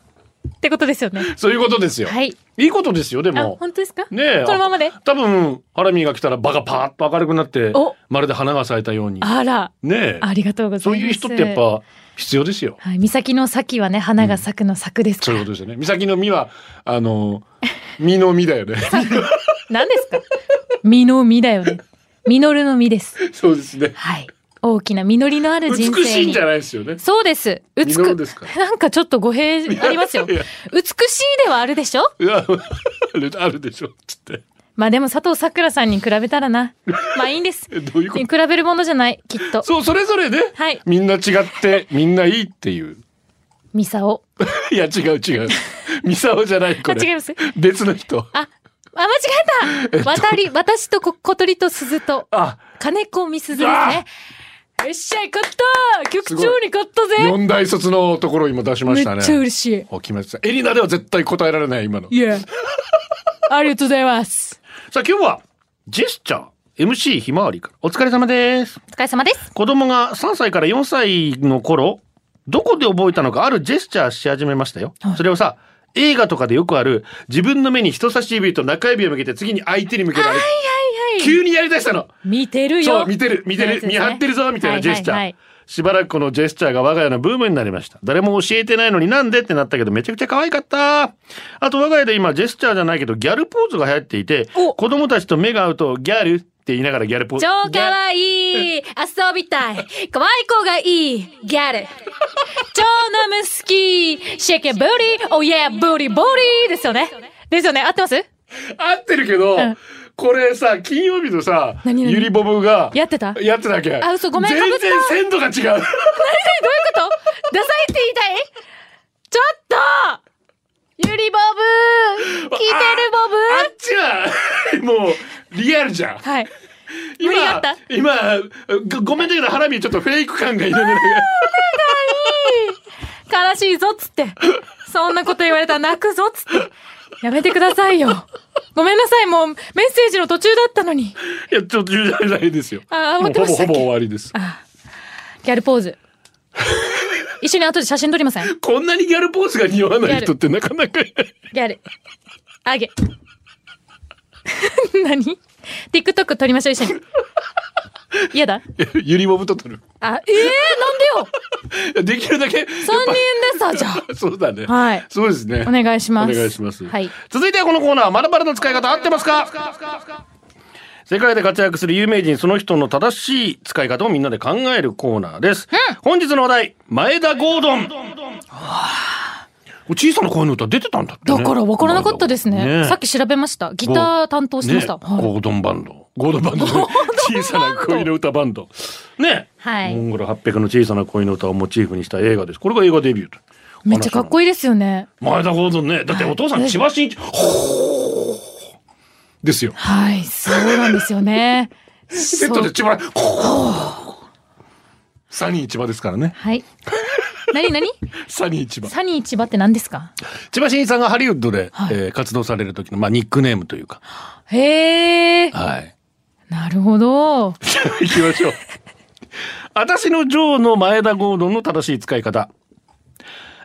F: ってことですよね。
E: そういうことですよ。。
F: はいい。
E: いことですよ、で
F: あ、
E: も。
F: 本当ですか
E: ねえ。
F: このままで
E: あ多分、ハラミーが来たら場がパーッと明るくなって
F: お、
E: まるで花が咲いたように。
F: あら、
E: ねえ。
F: ありがとうございます。
E: そういう人ってやっ。ぱ必要ですよ。
F: はい、岬の先はね、花が咲くの咲くですか
E: そうい
F: ら。
E: うことですよね。美咲の実は、あ の、実の実だよね。
F: 何ですか実の実だよね。実るの実です。
E: そうですね。
F: はい。大きな実りのある
E: 美
F: 人生に。
E: しいんじゃないですよね。
F: そうです。美
E: 実るんですか
F: なんかちょっと語弊ありますよ。
E: いやいや
F: 美しいではあるでしょ
E: いやある あるでしょ、つって。
F: まあでも佐藤さくらさんに比べた らな。まあいいんです。
E: えどういうこと
F: 比べるものじゃない、きっと。
E: そう、それぞれね、
F: はい
E: みんな違って、みんないいっていう。
F: ミサオ。
E: いや、違う違う。ミサオじゃない、これ。
F: あ違い ます
E: 別の人。
F: あ、あ、間違えた渡り、私とこ小鳥と鈴と、
E: あ、
F: 金子みすずですね。よっしゃ、勝った局長に勝ったぜ
E: 四大卒のところを今出しま
F: め
E: し
F: った
E: ね。
F: ちゃ嬉しい。
E: お決めてたエリナでは絶対答えられない今の。
F: いや。ありがとうございます。
E: さあ今日はジェスチャー MC ひまわりからお疲れ様です。
F: お疲れ様です。
E: 子供が3歳から4歳の頃どこで覚えたのかあるジェスチャーし始めましたよ。それをさ映画とかでよくある自分の目に人差し指と中指を向けて次に相手に向けられる。
F: はいはい。
E: 急にやりだしたの。
F: 見てるよ。
E: そう見てる見てる、見張ってるぞみたいなジェスチャー、
F: はいはいはい
E: しばらくこのジェスチャーが我が家のブームになりました誰も教えてないのになんでってなったけどめちゃくちゃ可愛かったあと我が家で今ジェスチャーじゃないけどギャルポーズが流行っていて
F: お
E: 子供たちと目が合うとギャル言いながらギャルポーズ。
F: 超かわいい遊びたい可愛い子がいいギャル超ナム好きシェケブリーおやブリブリですよねですよね合ってます
E: 合ってるけど、
F: ん
E: これさ、金曜日のさ、
F: 何々
E: ゆりぼぶが、
F: やってた
E: やってたっけ
F: あ嘘ごめん
E: 全
F: 被った
E: 然鮮度が違う。
F: どういうことダサいって言いたいちょっとゆりボブ聞いてるボブ
E: あっちは、 もう、リアルじゃん。
F: はい。無
E: 今
F: 理があった。
E: 今ご、ごめんだけど、ハラミちょっとフェイク感がいろいろ。
F: 悲しいぞっつって。そんなこと言われたら泣くぞっつって。やめてくださいよ。ごめんなさい、もうメッセージの途中だったのに。
E: いや、ちょっと言うじゃないですよ。
F: あー
E: もうほ
F: 終わって
E: ぼ
F: まし
E: ほ
F: たっけ
E: ぼ終わりです。
F: ギャルポーズ。一緒に後で写真撮りませんギ
E: こんなにギャルポーズが似合わない人ってなかなかいない。
F: ャル。あげ。 何 ?TikTok 撮りましょう、一緒に。嫌だ
E: ゆりぼぶと撮る。
F: あ、ええー、なんでよ
E: いやできるだけ。やっ
F: !3 人でさ、じゃあ。
E: ぱそうだね。
F: はい
E: そうですね。
F: お願いします。
E: お願いします
F: はい。
E: 続いてはこのコーナー、まるまるの使い方合ってますか世界で活躍する有名人その人の正しい使い方をみんなで考えるコーナーです。本日のお題、前田ゴードン。小さな声の歌出てたんだって、
F: だ
E: ね。
F: から分からなかったですね。
E: ね
F: さっき調べました。ギター担当してました。
E: ね
F: はい
E: ゴードンバンド。ゴードンバンド。小さな恋の歌バンド。ね。
F: はい
E: モンゴル800の小さな恋の歌をモチーフにした映画です。これが映画デビューと。
F: めっちゃかっこいいですよね。
E: 前田ゴードンね。だってお父さん千葉真一。ほーですよ。
F: はい、そうなんですよね。
E: セッ
F: そ
E: トで
F: う
E: 千葉。ほーサニー千葉ですからね。
F: はい。なになに
E: サニー千葉。
F: サニー千葉って何ですか
E: 千葉真一さんがハリウッドで、
F: はい
E: えー活動される時の、まあ、ニックネームというか。
F: へえ。
E: はい。
F: なるほど。
E: 行きましょう。私のジョーの前田ゴードンの正しい使い方。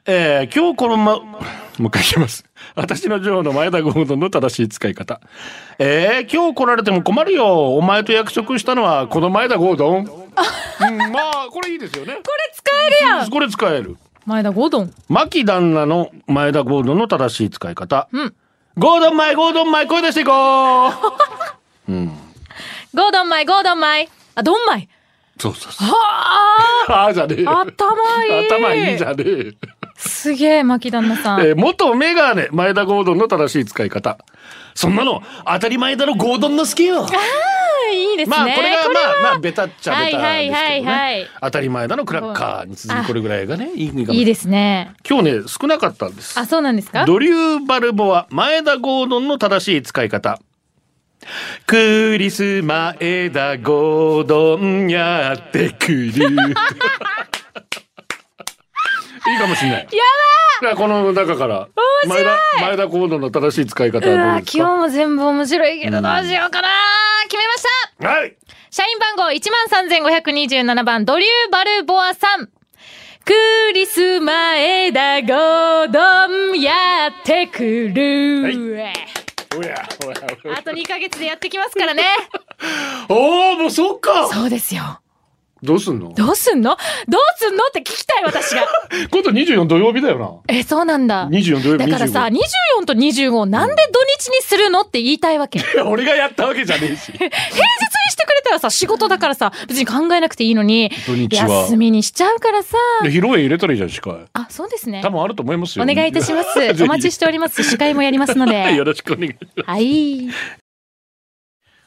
E: えー今日このま、もう一回言います。私のジョーの前田ゴードンの正しい使い方。えー今日来られても困るよ。お前と約束したのはこの前田ゴードン。うんまあ、これいいですよね。
F: これ使えるやん
E: これ使える。
F: 前田ゴドン。
E: 牧旦那の前田ゴードンの正しい使い方。
F: うん
E: ゴードン前、ゴードン前、声出してい こう。
F: ゴドンマイ、ゴドンマイ。あ、ドンマイ。
E: そうそうそう。
F: は
E: ああじゃねえよ。
F: 頭いい
E: 頭いいじゃねえよ。
F: あすげえ、牧旦那さん。
E: えー元メガネ前田ゴードンの正しい使い方そんなの当たり前だろゴードンの好きよ
F: いいですね。
E: まあこれがまあ
F: は
E: まあベタっちゃベタですけ
F: はいはい
E: ど
F: はいは
E: ね
F: い
E: 当たり前だのクラッカーに続きこれぐらいがねいいかもしれない
F: いいですね。
E: 今日ね少なかったんです
F: あ、そうなんですか
E: ドリュー・バルボア前田ゴードンの正しい使い方クリス前田ゴードンやってく るいいかもしれない
F: や
E: だからこの中から前田前田ゴードンの正しい使い方
F: ばーう
E: は
F: わ
E: どう
F: ー
E: です
F: 今
E: か
F: 日も全部面白いけどどうしようかな決めました
E: はい
F: 社員番号13,527番、ドリュー・バルボアさん。クリスマエダ・ゴードンやってくる。
E: おやおやおや
F: あと2ヶ月でやってきますか らね。
E: おーもうそっか
F: そうですよ。
E: どうすんの
F: どうすんのどうすんのって聞きたい、私 が。
E: 今度24土曜日だよ
F: え、そうなんだ
E: な。24土曜日
F: だからさ、
E: 25
F: 24と25をなんで土日にするのって言いたいわけ。平日
E: いや俺がやったわけじゃねえし
F: にしてくれたらさ、仕事だからさ、別に考えなくていいのに、
E: 土日は
F: 休みにしちゃうからさ。
E: 披露宴入れたらいいじゃん司会
F: あ、そうですね。
E: 多分あると思います
F: お
E: よ
F: 願いいたしま
E: ぜひ
F: す。お待ちしております。司会もやります の
E: よ
F: で。
E: ろしくお願いします
F: はい。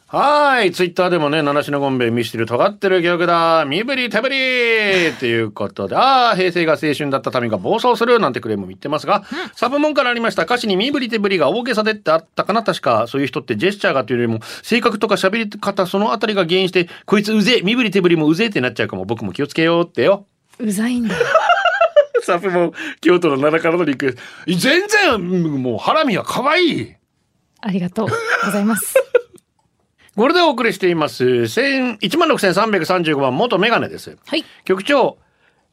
E: はーい。ツイッターでもね、七種のゴンベイ見してる尖ってる曲だ。身振り手振りということで、ああ、平成が青春だった民が暴走するなんてクレームも言ってますが、サブ文からありました歌詞に身振り手振りが大げさでってあったかな確か、そういう人ってジェスチャーがというよりも、性格とか喋り方そのあたりが原因して、こいつうぜえ、身振り手振りもうぜえってなっちゃうかも、僕も気をつけようってよ。
F: うざいんだ。
E: サブモン、京都の七からのリクエスト。全然、うんもう、ハラミは可愛い。
F: ありがとうござ います。
E: これでお送りしています。千一万六千三百三十五番元メガネです。
F: はい。
E: 局長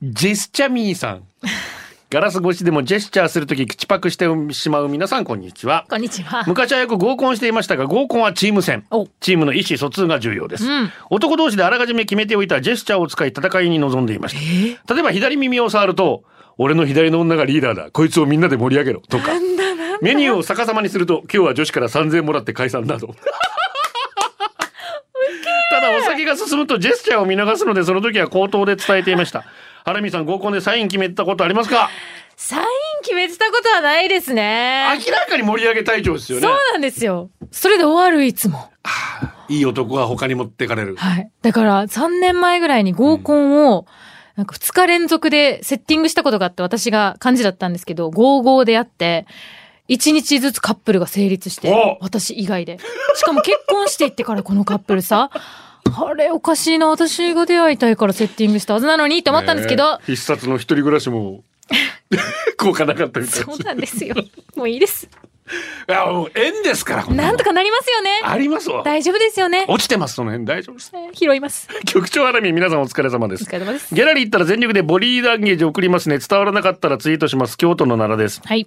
E: ジェスチャミーさん ガラス越しでもジェスチャーするとき口パクしてしまう皆さんこんにちは
F: こんにちは。
E: 昔はよく合コンしていましたが合コンはチーム戦
F: お
E: チームの意思疎通が重要です、
F: うん
E: 男同士であらかじめ決めておいたジェスチャーを使い戦いに臨んでいました例えば左耳を触ると俺の左の女がリーダーだこいつをみんなで盛り上げろとかメニューを逆さまにすると今日は女子から3000もらって解散だとだお酒が進むとジェスチャーを見逃すので、その時は口頭で伝えていました。ハラミさん合コンでサイン決めてたことありますか
F: サイン決めてたことはないですね。
E: 明らかに盛り上げ隊長ですよ
F: そう
E: ね。
F: なんですよ。それで終わる、いつも。
E: いい男が他に持ってかれる。
F: はい。だから、3年前ぐらいに合コンを、なんか2日連続でセッティングしたことがあって、私が漢字だったんですけど、55であって、1日ずつカップルが成立して
E: お、
F: 私以外で。しかも結婚していってからこのカップルさ、あれおかしいな、私が出会いたいからセッティングしたはずなのにって思ったんですけど
E: ね、え必殺の一人暮らし も効果なかったみたい
F: そうなんですよ。もういいです。
E: な。いやもう縁ですから。こん
F: な
E: の
F: んとかなりますよね。
E: ありますわ。
F: 大丈夫ですよね。
E: 落ちてますその辺大丈夫です。
F: えー拾います。
E: 局長ハラミ皆さんお疲れ様です
F: お。疲れ様です。
E: ギャラリー行ったら全力でボディーランゲージ送りますね。伝わらなかったらツイートします。京都の奈良です。
F: はい。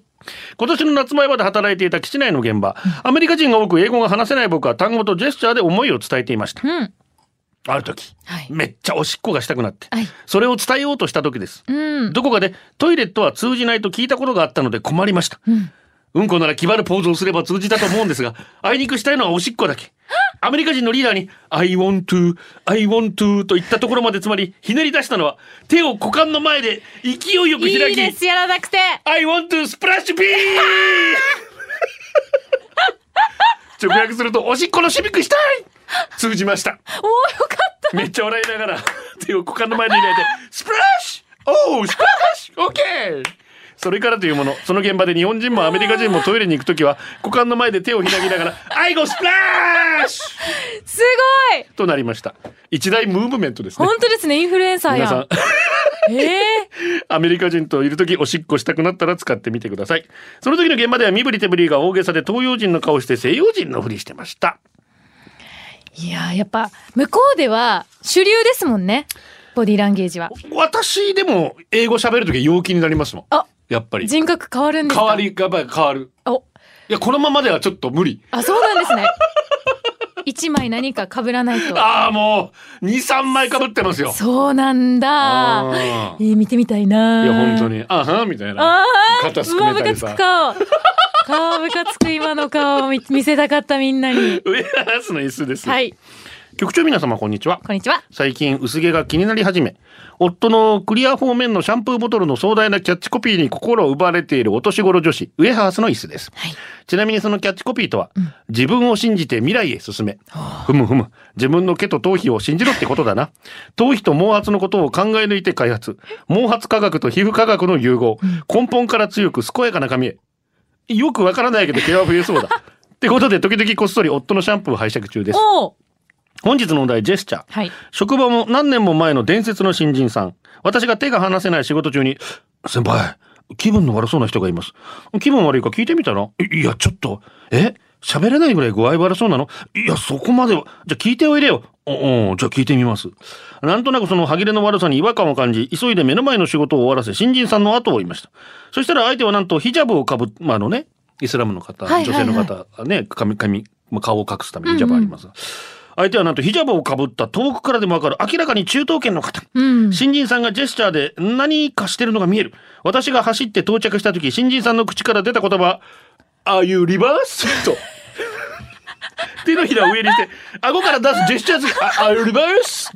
E: 今年の夏前まで働いていた基地内の現場。アメリカ人が多く英語が話せない僕は単語とジェスチャーで思いを伝えていました。
F: うん。
E: ある時、
F: はい。
E: めっちゃおしっこがしたくなって。
F: はい。
E: それを伝えようとした時です。
F: うん。
E: どこかでトイレットは通じないと聞いたことがあったので困りました。
F: うん。
E: うんこなら気張るポーズをすれば通じたと思うんですが、あいにくしたいのはおしっこだけ。アメリカ人のリーダーに、I want to, I want to と言ったところまでつまり、ひねり出したのは、手を股間の前で勢いよく
F: い
E: 開
F: い
E: き、
F: です、やらなくて。
E: I want to splash pee! 直訳すると、おしっこのしびくしたい通じました。
F: おー、よかった。
E: めっちゃ笑いながら、手を股間の前に入れて、スプラッシュおースプラッシュオッケーそれからというもの、その現場で日本人もアメリカ人もトイレに行くときは、股間の前で手を開きながら、愛語スプラッシュ
F: すごい
E: となりました。一大ムーブメントですね
F: 本。当ですね、インフルエンサー
E: 皆
F: や
E: さ
F: ん
E: ん。、
F: ええ
E: アメリカ人といるときおしっこしたくなったら使ってみてください。その時の現場では身振り手振りが大げさで東洋人の顔をして西洋人のふりしてました。
F: いやー、やっぱ、向こうでは主流ですもんね。ボディーランゲージは。
E: 私でも英語喋るとき陽気になりますもん。
F: あ、
E: やっぱり。
F: 人格変わるんですか
E: 変わ。りがやっぱり変わる。
F: お、
E: いや、このままではちょっと無理。
F: あ、そうなんですね。一枚何か被らないと。
E: ああ、もう、2、3枚被ってますよ。
F: そうなんだ。
E: あ
F: えー、見てみたい
E: ー
F: なー。
E: いや、本当に。あはんみたいな。
F: ああ、
E: 肩すくめたりさ
F: ムカつく顔。顔ムカつく今の顔を見 見せたかったみんなに。
E: ウェアハウスの椅子です。
F: はい、
E: 局長皆様、こんにちは。
F: こんにちは。
E: 最近、薄毛が気になり始め、夫のクリア方面のシャンプーボトルの壮大なキャッチコピーに心を奪われているお年頃女子、ウェアハウスの椅子です。
F: はい。
E: ちなみにそのキャッチコピーとは、自分を信じて未来へ進め。ふむふむ。自分の毛と頭皮を信じろってことだな。頭皮と毛髪のことを考え抜いて開発。毛髪科学と皮膚科学の融合。根本から強く健やかな髪へ。よくわからないけど毛は増えそうだ。ってことで時々こっそり夫のシャンプーを拝借中です。
F: おお。
E: 本日のお題、ジェスチャー。
F: はい。
E: 職場も何年も前の伝説の新人さん。私が手が離せない仕事中に、先輩、気分の悪そうな人がいます。気分悪いか聞いてみたらいいや、ちょっと。え喋れないぐらい具合悪そうなのいや、そこまでは。じゃあ聞いておいでよ。おおうじゃあ聞いてみます。なんとなくその歯切れの悪さに違和感を感じ、急いで目の前の仕事を終わらせ、新人さんの後を追いました。そしたら相手はなんとヒジャブをかぶ、まあ、あのね、イスラムの方、
F: はいはいはい
E: 女性の方がね、髪、髪、まあ、顔を隠すためにヒジャブあります。相手はなんとヒジャブをかぶった遠くからでもわかる明らかに中東圏の方。
F: うん。
E: 新人さんがジェスチャーで何かしてるのが見える。私が走って到着した時、新人さんの口から出た言葉、Are you reverse? と。手のひらを上にして、顎から出すジェスチャーズ、あ Are you reverse?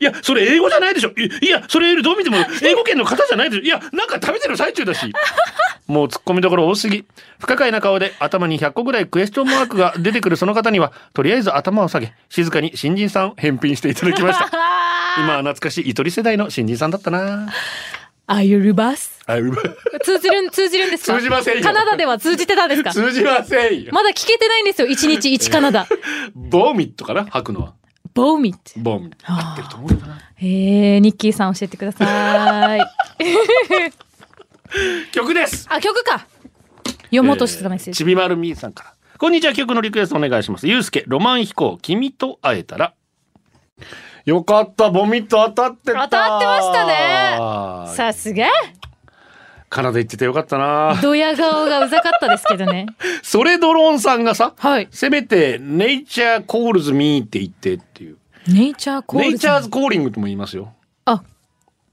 E: いや、それ英語じゃないでしょ。いいや、それよりどう見ても英語圏の方じゃないでしょ。いや、なんか食べてる最中だし。もう突っ込みどころ多すぎ。不可解な顔で頭に100個ぐらいクエスチョンマークが出てくるその方には、とりあえず頭を下げ、静かに新人さんを返品していただきました。 今は懐かしいゆとり世代の新人さんだったな。
F: あゆるバス。
E: あ
F: 通じるん、通じるんですか
E: 通じませんよ
F: カナダでは通じてたんですか
E: 通じませんよ。
F: まだ聞けてないんですよ。1日1カ ナダ。
E: ボーミットかな吐くのは。
F: ボーミット。
E: ボーミット。合ってると思うよな。
F: えー、ニッキーさん教えてくださ い。
E: 曲です。
F: あ、曲か読もうとしてたメッセー
E: えー
F: ジ。
E: ちびまるみーさんから。こんにちは、曲のリクエストお願いします。ゆうすけ、ロマン飛行、君と会えたら。よかった、ボミット当たってた。
F: 当たってましたねさすが
E: カナダ行っててよかったな。
F: ドヤ顔がうざかったですけどね。
E: それドローンさんがさ、
F: はい。
E: せめて、ネイチャーコールズミーって言ってっていう。
F: ネイチャーコール
E: ネイチャーズコーリングとも言いますよ。
F: あ、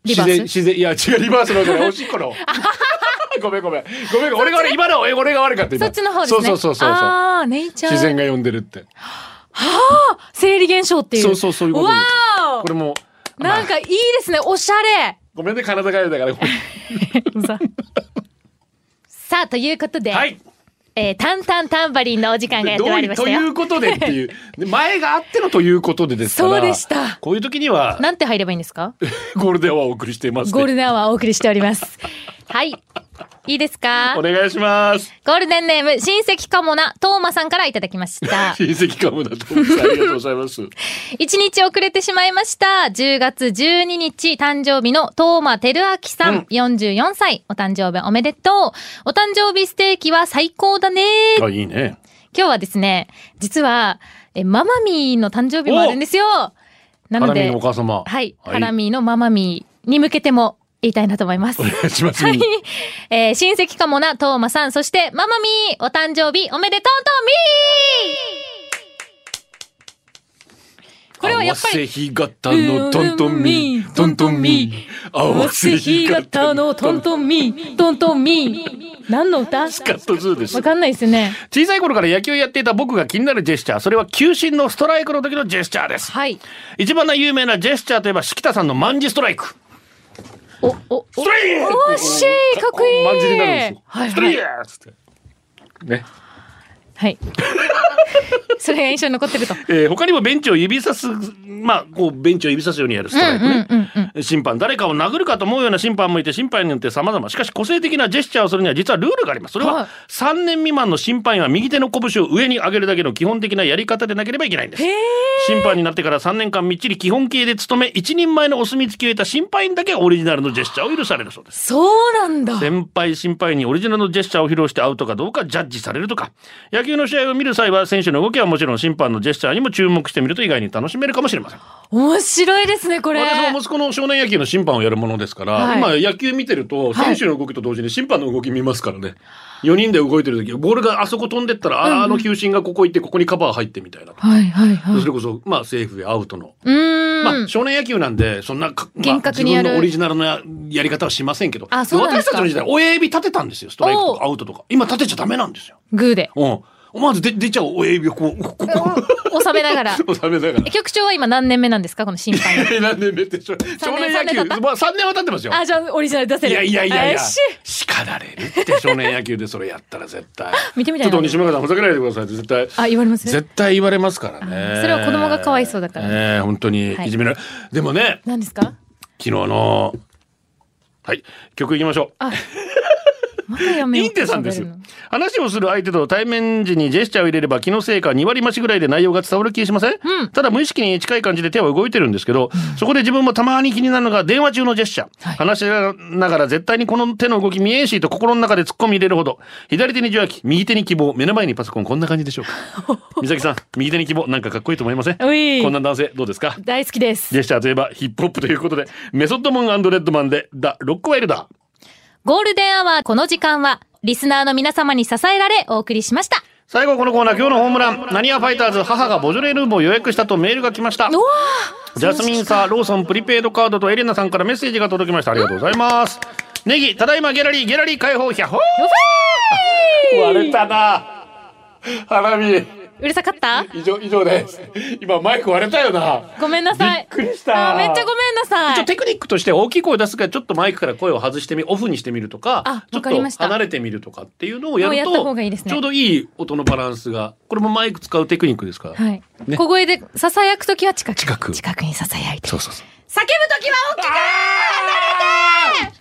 F: リ
E: 自
F: バ
E: 然、
F: ース
E: 自然、いや、違う、リバースの方 がおしっこの。 ごめんごめん。ごめんごめん、俺が悪い、今の俺が悪かった。今
F: そっちの方ですね。
E: そうそうそうそうそう。
F: あー、ネイチャー。
E: 自然が呼んでるって。
F: はあ生理現象っていう。
E: そうそうそういうこと
F: わ
E: です
F: ーお
E: これも、
F: な
E: ま
F: ん
E: あ
F: かいいですね、おしゃ れ。
E: ごめんね、体がゆだから。ごめん
F: さあ、ということで、
E: はい。
F: えータンタンタンバリンのお時間がやって
E: ど
F: ま
E: う
F: いり
E: い
F: ま
E: う
F: し
E: と
F: た
E: いう
F: よ。
E: ことでっていう。で前があってのということでですから。
F: そうでした
E: こういう時には、
F: なんて入ればいいんですか
E: ゴールデンはお送りしています、
F: ゴールデンアワーをお送りしてお ります。はい。いいですか
E: お願いします。
F: ゴールデンネーム、親戚かもな、トーマさんからいただきま した。
E: 親戚かもだと思ってありがとうございます。
F: 一日遅れてしまいました。10月12日、誕生日のトーマてるあきさん、44歳。お誕生日おめでとう。お誕生日ステーキは最高だね
E: あ、いいね。
F: 今日はですね、実は、えママミーの誕生日もあるんですよ。な
E: ハ
F: の
E: ラミー
F: で
E: のお、母様。
F: はい、ハ
E: ハ
F: ラ
E: ラミ。
F: ミーのママミーに向けても言いたいなと思います
E: お。願いします。みんな
F: えー親戚かもな、トーマさん、そして、ママミー、お誕生日、おめでとうとみーこれはやっぱ
E: 合わせ
F: り、
E: 干潟のトントンミー、トントンミー。合わせ干潟のトントンミー。
F: トンミー、トントンミー。何の歌わ
E: スカットズーです。
F: かんないですね。
E: 小さい頃から野球をやっていた僕が気になるジェスチャー、それは球審のストライクの時のジェスチャーです。
F: はい。
E: 一番の有名なジェスチャーといえば、敷田さんの万字ストライク。
F: お、お、お、
E: ストライク
F: おっしゃいかっこいい
E: 万字になるんですよ。
F: はいはい
E: ストライクっつって。ね。
F: はい。 それが印象に残ってると。
E: えー他にもベンチを指さす、まあ、こう、ベンチを指さすようにやるストライクね。審判、誰かを殴るかと思うような審判もいて、審判によって様々。しかし、個性的なジェスチャーをするには実はルールがあります。それ
F: はい
E: は、3年未満の審判員は右手の拳を上に上げるだけの基本的なやり方でなければいけないんです。審判になってから3年間みっちり基本形で務め、一人前のお墨付きを得た審判員だけオリジナルのジェスチャーを許されるそうです。
F: そうなんだ。
E: 先輩審判員にオリジナルのジェスチャーを披露してアウトかどうかジャッジされるとか野球の試合を見る際は選手の動きはもちろん審判のジェスチャーにも注目してみると意外に楽しめるかもしれません
F: 面白いですね、これ。
E: 私も息子の少年野球の審判をやるものですから、
F: はい
E: 今野球見てると
F: は
E: 選
F: い
E: 手の動きと同時に審判の動き見ますからね、4人で動いてる時ボールがあそこ飛んでったら、あーあの球審がここ行ってここにカバー入ってみたいな、
F: はいはいはい。
E: それこそ、まあ、セーフやアウトの
F: うーん。
E: まあ、少年野球なんで、そんなか、まあ
F: 厳格にやる
E: 自分のオリジナルのややり方はしませんけど、
F: あそうなんで
E: 私た
F: すか
E: ちの時代、親指立てたんですよ、ストライクとか
F: おう
E: アウトとか。今立てちゃダメなんですよ。
F: グーで。
E: うん。思わず出出ちゃう親指をこう、こう、こ
F: 収めな が
E: う、
F: ら。
E: ダメだから
F: え。局長は今何年目なんですかこの審 判員。
E: え何年目って少少年野
F: 三年経
E: 球、
F: った
E: まあ、3年は経ってますよ。
F: あ、じゃあオリジナル出せ
E: い
F: る。
E: やいやいやい
F: よ
E: や
F: し。
E: 叱られるって少年野球でそれやったら絶対
F: 見てみた
E: ちょ
F: い
E: っ
F: な
E: と西村さんふざけないでくださいって絶対
F: あ、言われますね
E: 絶。対言われますからね
F: それは子供がかわいそうだから
E: ねえ本当に
F: はい
E: いじめられ、でもね
F: 何ですか
E: 昨日のはい曲いきましょう
F: あ、またやめよう。
E: インテさんです
F: 考えるの。
E: 話をする相手と対面時にジェスチャーを入れれば気のせいか2割増しぐらいで内容が伝わる気しません、
F: うん
E: ただ無意識に近い感じで手は動いてるんですけど、そこで自分もたまに気になるのが電話中のジェスチャー。話しながら絶対にこの手の動き見えんしと心の中で突っ込み入れるほど。左手に受話器、右手に希望、目の前にパソコンこんな感じでしょ うか。美咲さん、右手に希望なんかかっこいいと思いません
F: うい
E: こんな男性どうですか
F: 大好きです
E: ジ。ェスチャーといえばヒップホップということで、メソッドモンレッドマンで、ダ・ロックワイルダー。
F: ゴールデンアワー、この時間は、リスナーの皆様に支えられお送りしました。
E: 最後このコーナー今日のホームランなにわファイターズ母がボジョレ・ヌーボーを予約したとメールが来ました
F: うわ
E: ジャスミンさんローソンプリペイドカードとエレナさんからメッセージが届きましたありがとうございますネギただいまギャラリーギャラリー開放ヒャッホー割れたな花火
F: ーうるさかった
E: 以上以上です今マイク割れたよな
F: ごめんなさい。
E: びっくりした
F: あーめっちゃごめんなさ
E: 一応
F: い。
E: テクニックとして大きい声出すからちょっとマイクから声を外してみオフにしてみるとか
F: あ
E: ちょっ
F: わかり
E: と
F: ました
E: 離れてみるとかっていうのをやる
F: もうやった
E: と
F: 方がいいですね
E: ちょうどいい音のバランスがこれもマイク使うテクニックですから、
F: はい。
E: ね
F: 小声で囁くときは近く。
E: 近く
F: 近くに囁いて。
E: そうそうそう
F: 叫ぶときは大きく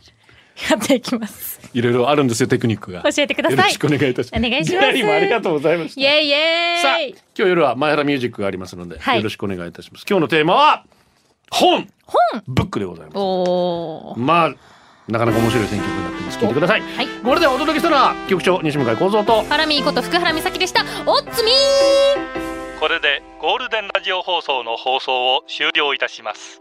F: やっていきます。
E: いろいろあるんですよテクニッ クが
F: 教えてください
E: よろしくお願いいたします
F: お願いします
E: ギャラリーもありがとうございました
F: イェイイ
E: さあ今
F: ェイ
E: 日夜は前原ミュージックがありますので、
F: はい
E: よろしくお願いいたします今日のテーマは本
F: 本
E: ブックでございます
F: おー。
E: まあなかなか面白い選曲になってます聞いてください、
F: はい
E: これでお届けしたのは局長西向井幸三と
F: ハラミーこと福原美咲でした。おっつみー
A: これでゴールデンラジオ放送の放送を終了いたします